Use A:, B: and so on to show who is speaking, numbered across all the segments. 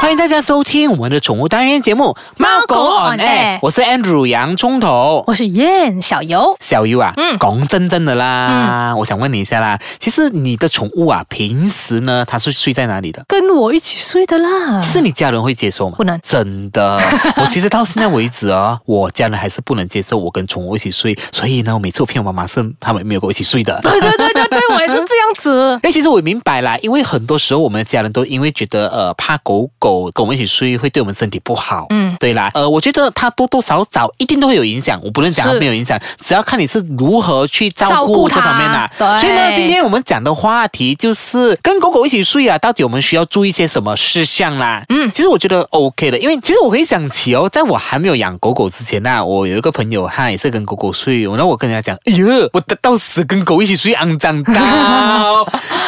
A: 欢迎大家收听我们的宠物单元节目《猫狗 on
B: on
A: air
B: air》，
A: 我是 Andrew 洋葱头。
B: 我是燕小游，
A: 小优啊，
B: 嗯
A: 讲真真的啦，我想问你一下啦，其实你的宠物啊，平时呢，它是睡在哪里的？
B: 跟我一起睡的啦。
A: 是你家人会接受吗？
B: 嗯不能
A: 真 的。我其实到现在为止啊，我家人还是不能接受我跟宠物一起睡，所以呢，我每次我骗我妈妈是他们没有跟我一起睡的。
B: 对对对对对，我也是这样子。
A: 哎，其实我也明白啦，因为很多时候我们的家人都因为觉得呃怕狗狗跟我们一起睡会对我们身体不好，
B: 嗯
A: 对啦，呃，我觉得它多多少少一定都会有影响，我不能讲它
B: 是
A: 没有影响，只要看你是如何去照
B: 照
A: 顾
B: 顾
A: 这
B: 它
A: 方面啦、
B: 对
A: 所以呢，今天哎我们讲的话题就是跟狗狗一起睡啊，到底我们需要注意些什么事项啦？
B: 嗯
A: 其实我觉得 OK 的，因为其实我回想起哦，在我还没有养狗狗之前呢、我有一个朋友他也是跟狗狗睡，然后我跟人家讲，哎呀，我得到死跟狗一起睡，肮脏 到。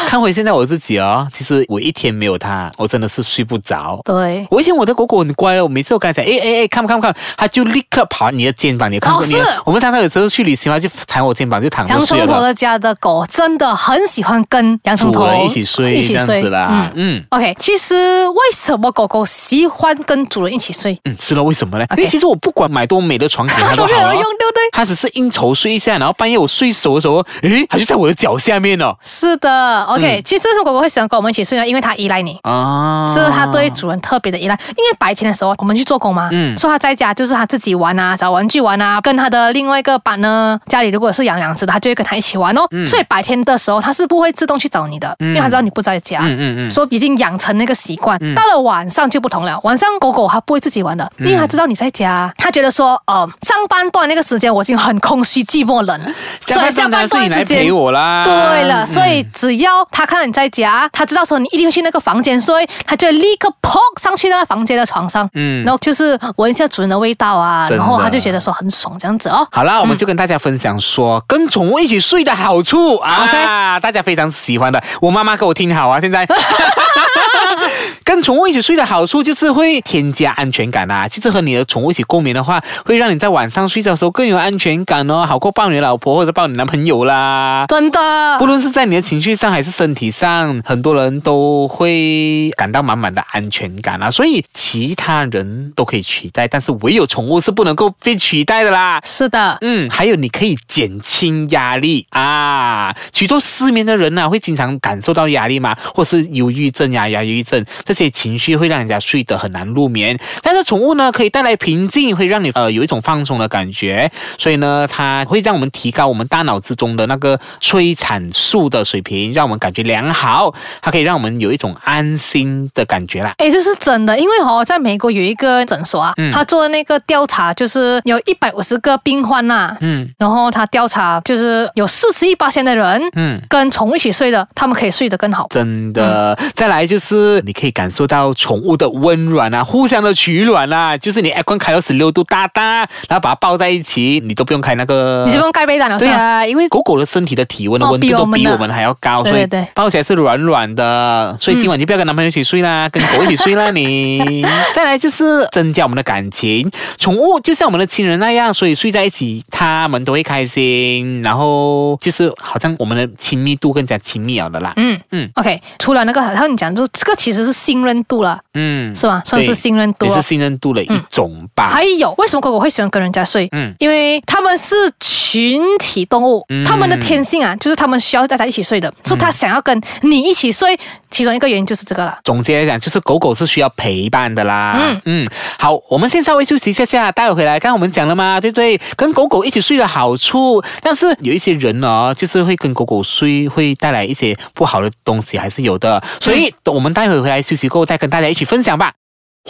A: 看回现在我自己哦，其实我一天没有它，我真的是睡不着。
B: 对，
A: 我以前我的狗狗很乖哦，我每次我跟它讲，哎哎哎，看看看，它就立刻跑你的肩膀，你有看过
B: 哦
A: 你的
B: 是
A: 我们常常有时候去旅行嘛，就踩我肩膀就躺
B: 洋
A: 着睡
B: 葱头
A: 了，
B: 的家的狗真的很喜欢跟洋葱
A: 主
B: 头
A: 人一起睡
B: 嗯一起
A: 这样
B: 睡
A: 子啦，。嗯
B: OK，其实为什么狗狗喜欢跟主人一起睡？
A: 嗯，是咯，为什么呢
B: OK
A: 因为其实我不管买多美的床给它都
B: 都没
A: 好啊
B: 有
A: 了
B: 用，。对不对？
A: 它只是应酬睡一下，然后半夜我睡熟的时候，诶，它就在我的脚下面哦。
B: 是的，OK、
A: 嗯
B: 其实如果我会喜欢跟我们一起睡呢，因为它依赖你。
A: 啊，
B: 是它对主人特别的依赖，因为白天的时候我们去做工嘛，
A: 嗯
B: 所以它在家就是它自己玩啊，找玩具玩啊，跟它的另外一个伴呢，家里如果是养两只的，它就会跟它一起玩哦。
A: 嗯
B: 所以白天的时候它是不会自动去找你的，因为它知道你不在家，
A: 嗯嗯嗯嗯
B: 所以已经养成那个习惯。到了晚上就不同了，晚上狗狗它不会自己玩了，因为它知道你在家，它觉得说，呃，上班段那个时间我已经很空虚、寂寞、冷了，所以
A: 下
B: 下
A: 班
B: 班
A: 当然是
B: 段
A: 你来
B: 时间
A: 陪我啦。
B: 对
A: 嗯
B: 了，所以只要他看到你在家，他知道说你一定会去那个房间，所以他就会立刻扑上去那个房间的床上，
A: 嗯
B: 然后就是闻一下主人的味道啊，
A: 真的啊
B: 然后他就觉得说很爽这样子哦。
A: 好啦，我们就跟大家分享说，跟宠物一起睡的好处啊
B: OK
A: 大家非常喜欢的。我妈妈给我听好啊，现在。跟宠物一起睡的好处就是会添加安全感啊，就是和你的宠物一起共眠的话，会让你在晚上睡觉的时候更有安全感哦，好过抱你的老婆或者抱你男朋友 啦。
B: 真的
A: 不，论是在你的情绪上还是身体上，很多人都会感到满满的安全感啊。所以其他人都可以取代，但是唯有宠物是不能够被取代的啦。
B: 是的，
A: 嗯，还有你可以减轻压力啊。许多失眠的人啊呢、会经常感受到压力嘛，或是忧郁症呀、压抑郁症这些情绪会让人家睡得很难入眠。但是宠物呢，可以带来平静，会让你呃有一种放松的感觉，所以呢，它会让我们提高我们大脑之中的那个催产素的水平，让我们感觉良好，它可以让我们有一种安心的感觉啦。
B: 诶，这是真的，因为哦，在美国有一个诊所啊，
A: 嗯
B: 他做那个调查，就是有一百五十个病患呐、
A: 嗯
B: 然后他调查就是有四十一八的人
A: 嗯。
B: 跟宠物一起睡的，他们可以睡得更好。
A: 真的。再来就是你可以感受到宠物的温暖啊，互相的取暖啊，就是你 aircon 开到十六度大大，然后把它抱在一起，你都不用开那个。
B: 你这边盖被单了是
A: 对
B: 吧？
A: 啊，因为狗狗的身体的体温的
B: 哦
A: 温度都
B: 比
A: 比
B: 我们的
A: 我们还要高，
B: 对
A: 所以
B: 对对
A: 抱起来是软软的。所以今晚就不要跟男朋友一起睡啦，跟狗一起睡啦你。 再来就是增加我们的感情，宠物就像我们的亲人那样，所以睡在一起他们都会开心，然后就是好像我们的亲密度更加亲密了的啦。
B: 嗯
A: 嗯
B: 嗯，OK，除了那个，他你讲就这个其实是信任度了，
A: 嗯，
B: 是吧？算是信任度
A: 也
B: 了
A: 是。信任度的一种吧。
B: 还有，为什么狗狗会喜欢跟人家睡？
A: 嗯
B: 因为他们是群体动物
A: 嗯，
B: 他们的天性啊，就是他们需要大家一起睡的，所以他想要跟你一起睡，其中一个原因就是这个了。
A: 总结来讲，就是狗狗是需要陪伴的啦。嗯
B: 嗯
A: 嗯，好，我们先稍微休息一下下，待会回来。刚刚我们讲了嘛，对不对？跟狗狗一起睡的好处，但是有一些人哦，就是会跟狗狗睡，会带来一些不好的东西，还是有的。所以
B: 嗯
A: 我们待会回来休息过后再跟大家一起分享吧。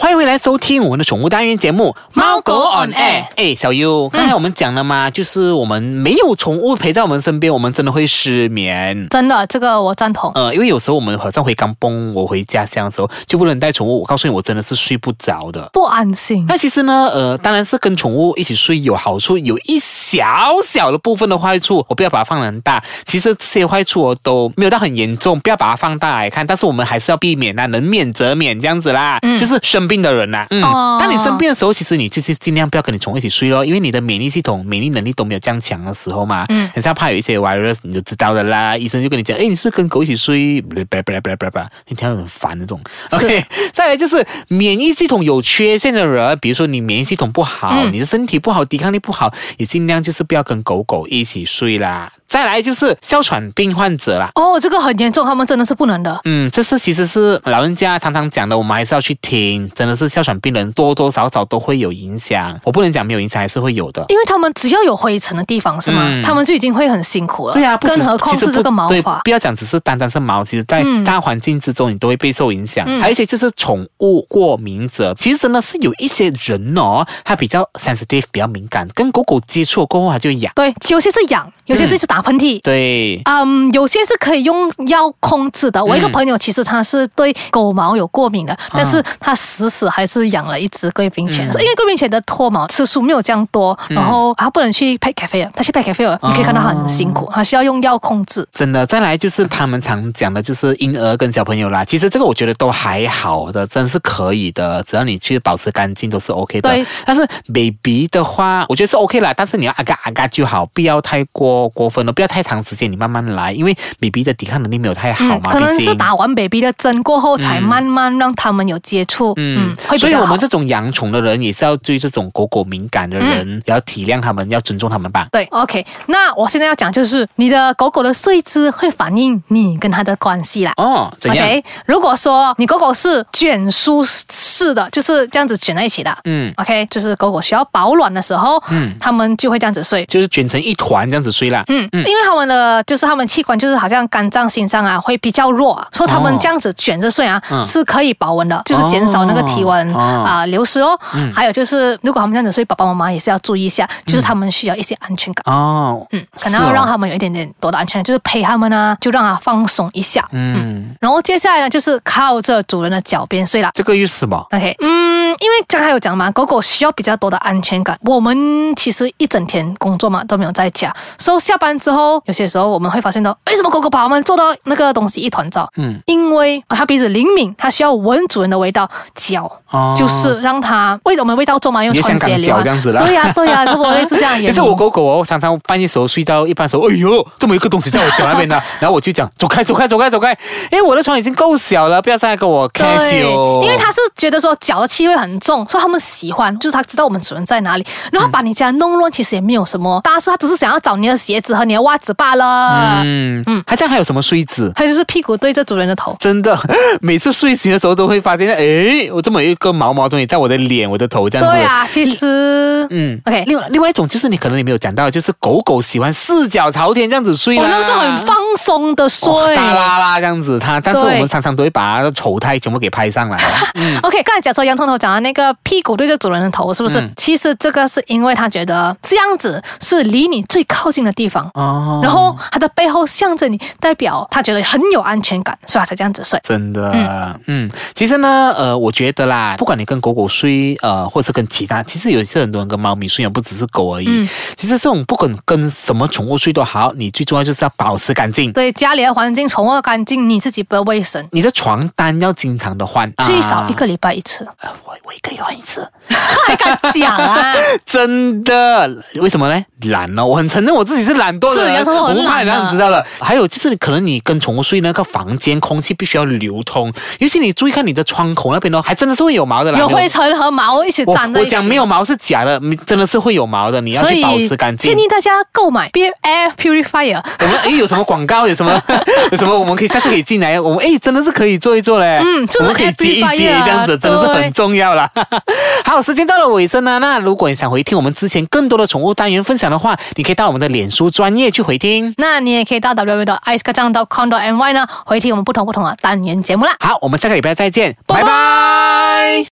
A: 欢迎回来收听我们的宠物单元节目《
B: 猫狗 on air 嗯
A: 哎，小优，刚才我们讲了嘛，就是我们没有宠物陪在我们身边，我们真的会失眠。
B: 真的，这个我赞同。
A: 呃，因为有时候我们好像回刚崩，我回家乡的时候就不能带宠物。我告诉你，我真的是睡不着的。
B: 不安心，
A: 那其实呢，呃，当然是跟宠物一起睡有好处，有一小小的部分的坏处，我不要把它放得很大。其实这些坏处哦都啊没有到很严重，不要把它放大来看。但是我们还是要避免啦，能免则免这样子啦。
B: 嗯
A: 就是生生病的人呐、嗯，
B: 哦
A: 当你生病的时候，其实你就是尽量不要跟你宠物一起睡咯，因为你的免疫系统、免疫能力都没有这样强的时候嘛，
B: 嗯
A: 很像怕有一些 virus，你就知道的啦。医生就跟你讲，诶，你是跟狗一起睡，巴拉巴拉巴拉巴拉巴拉，你听到很烦那种。OK，再来就是免疫系统有缺陷的人，比如说你免疫系统不好，
B: 嗯
A: 你的身体不好，抵抗力不好，也尽量就是不要跟狗狗一起睡啦。再来就是哮喘病患者啦，
B: 哦，这个很严重，他们真的是不能的。
A: 嗯，这是其实是老人家常常讲的，我们还是要去听。真的是哮喘病人多多少少都会有影响，我不能讲没有影响，还是会有的。
B: 因为他们只要有灰尘的地方是吗？
A: 嗯
B: 他们就已经会很辛苦了。
A: 对啊，不只
B: 更何况
A: 其实
B: 是
A: 不
B: 这个毛
A: 对，
B: 发
A: 不。要讲只是单单是毛，其实在
B: 嗯
A: 大环境之中你都会备受影响。
B: 嗯
A: 还有一些就是宠物过敏者，其实真的是有一些人哦，他比较 sensitive，比较敏感，跟狗狗接触过后他就痒。
B: 对，有些是痒，有些是打喷嚏。
A: 对，
B: 嗯有些是可以用药控制的。我一个
A: 嗯啊
B: 朋友其实他是对狗毛有过敏的，但是他死死还是养了一只贵宾犬，
A: 嗯
B: 因为贵宾犬的脱毛次数没有这样多，然后他不能去 pet cafe，他去啊 pet cafe 了你可以看到他很辛
A: 啊
B: 苦，他需要用药控制。
A: 真的，再来就是他们常讲的，就是婴儿跟小朋友啦。其实这个我觉得都还好的，真是可以的，只要你去保持干净都是 OK 的。
B: 对。
A: 但是 baby 的话，我觉得是 OK 啦，但是你要啊嘎啊嘎就好，不要太过过分了，不要太长时间，你慢慢来，因为 baby 的抵抗能力没有太好嘛，
B: 嗯可能
A: 毕
B: 是
A: 竟嗯
B: 打完 baby 的针过后，才慢慢让他们有接触，嗯，会
A: 所以
B: 比较
A: 我
B: 好
A: 们。这种养宠的人也是要对这种狗狗敏感的人，
B: 嗯
A: 也要体谅他们，要尊重他们吧。
B: 对，OK，那我现在要讲就是你的狗狗的睡姿会反映你跟它的关系啦。
A: 哦，怎样
B: OK，如果说你狗狗是卷舒式的，就是这样子卷在一起的。
A: 嗯，
B: OK，就是狗狗需要保暖的时候，
A: 嗯
B: 嗯，它们就会这样子睡。
A: 就是卷成一团这样子睡啦。
B: 嗯，因为它们的就是它们器官就是好像肝脏、心脏啊会比较弱、啊，所以它们
A: 哦
B: 这样子卷着睡啊、
A: 嗯
B: 是可以保温的，就是减少那个体温
A: 哦嗯
B: 啊、流失哦。还有就是如果它们这样子睡，爸爸妈妈也是要注意一下，就是它们需要一些安全感。
A: 哦，
B: 嗯，可能要
A: 嗯是哦
B: 让他们有一点点多的安全感，就是陪他们啊，就让它放松一下。
A: 嗯。
B: 然后接下来呢，就是靠着主人的脚边睡啦。
A: 这个又是什么？
B: OK，嗯，因为刚才有讲嘛，狗狗需要比较多的安全感。我们其实一整天工作嘛都没有在家，所、以下班之后，有些时候我们会发现到，为什么狗狗把我们做到那个东西一团糟？
A: 嗯，
B: 因为它鼻子灵敏，它需要闻主人的味道，脚、
A: 哦
B: 就是让它为我们味道重嘛，用
A: 也像
B: 穿鞋
A: 港脚
B: 流啊
A: 这，样子啦。
B: 对呀、对呀、差不多类 似这样的原
A: 可
B: 因。
A: 是我狗狗哦，常常半夜时候睡到一半的时候，哎呦，这么一个东西在我脚那边呢，然后我就讲走开，走开，走开，走开，因为我的床已经够小了，不要再来跟我哦 c a s
B: 对
A: h，
B: 因为它是觉得说脚的气味很重，所以他们喜欢，就是它知道我们主人在哪里，然后把你家弄乱，其实也没有什么大事，它只是想要找你的鞋子和你的袜子罢了。
A: 嗯嗯，好像还有什么睡姿？
B: 还有就是屁股对着主人的头，
A: 真的，每次睡醒的时候都会发现，哎，我这么有一个毛毛东西在我的脸、我的头这样子。
B: 对啊，其实，
A: 嗯
B: ，OK，
A: 另外另外一种就是你可能你没有讲到，就是狗狗喜欢四脚朝天这样子睡啦，
B: 我那是很放松的哎睡。
A: 啊哦大拉拉这样子，它，但是我
B: 对
A: 们常常都会把它的丑态全部给拍上来。啊
B: OK，刚才讲说洋葱头讲的那个屁股对着主人的头，是不是？
A: 嗯
B: 其实这个是因为他觉得这样子是离你最靠近的地方，
A: 哦
B: 然后他的背后向着你，代表他觉得很有安全感，所以他才这样子睡。
A: 真的，嗯其实呢，呃，我觉得啦，不管你跟狗狗睡，呃，或是跟其他，其实有些很多人跟猫咪睡，不只是狗而已。
B: 嗯
A: 其实这种不管跟什么宠物睡都好，你最重要就是要保持干净。
B: 对家里的环境、宠物的干净，你自己不要卫生，
A: 你的床单要经常的换，
B: 最少一
A: 啊
B: 个礼拜一次。
A: 呃我我一个月换一次，
B: 还敢讲啊？
A: 真的？为什么呢？懒哦，我很承认我自己是懒惰的人，
B: 是杨超超
A: 我
B: 很
A: 不怕你
B: 懒啊的
A: 让你知道了。还有就是，可能你跟宠物睡那个房间，空气必须要流通，尤其你注意看你的窗口那边哦，还真的是会有毛的啦。
B: 有灰尘啊和毛一起
A: 我
B: 粘在
A: 我
B: 一起。
A: 讲没有毛是假的，嗯真的是会有毛的，你要
B: 所
A: 去
B: 以
A: 保持干净
B: 建。议大家购买 B Air Purifier。
A: 我 们哎诶有什么广告？有什么 有什么？我们可以下次可以进来。我们诶真的是可以做一做嘞。
B: 嗯就是
A: 我们可以接一
B: everybody
A: 接这样子，
B: 啊
A: 真的是
B: 对
A: 很重要啦。 好，时间到了尾声啦。那如果你想回听我们之前更多的宠物单元分享的话，你可以到我们的脸书专业去回听。
B: 那你也可以到 w w w i c e k a n g c o m m y 呢，回听我们不同不同的单元节目啦。
A: 好，我们下个礼拜再见，
B: 拜
A: 拜拜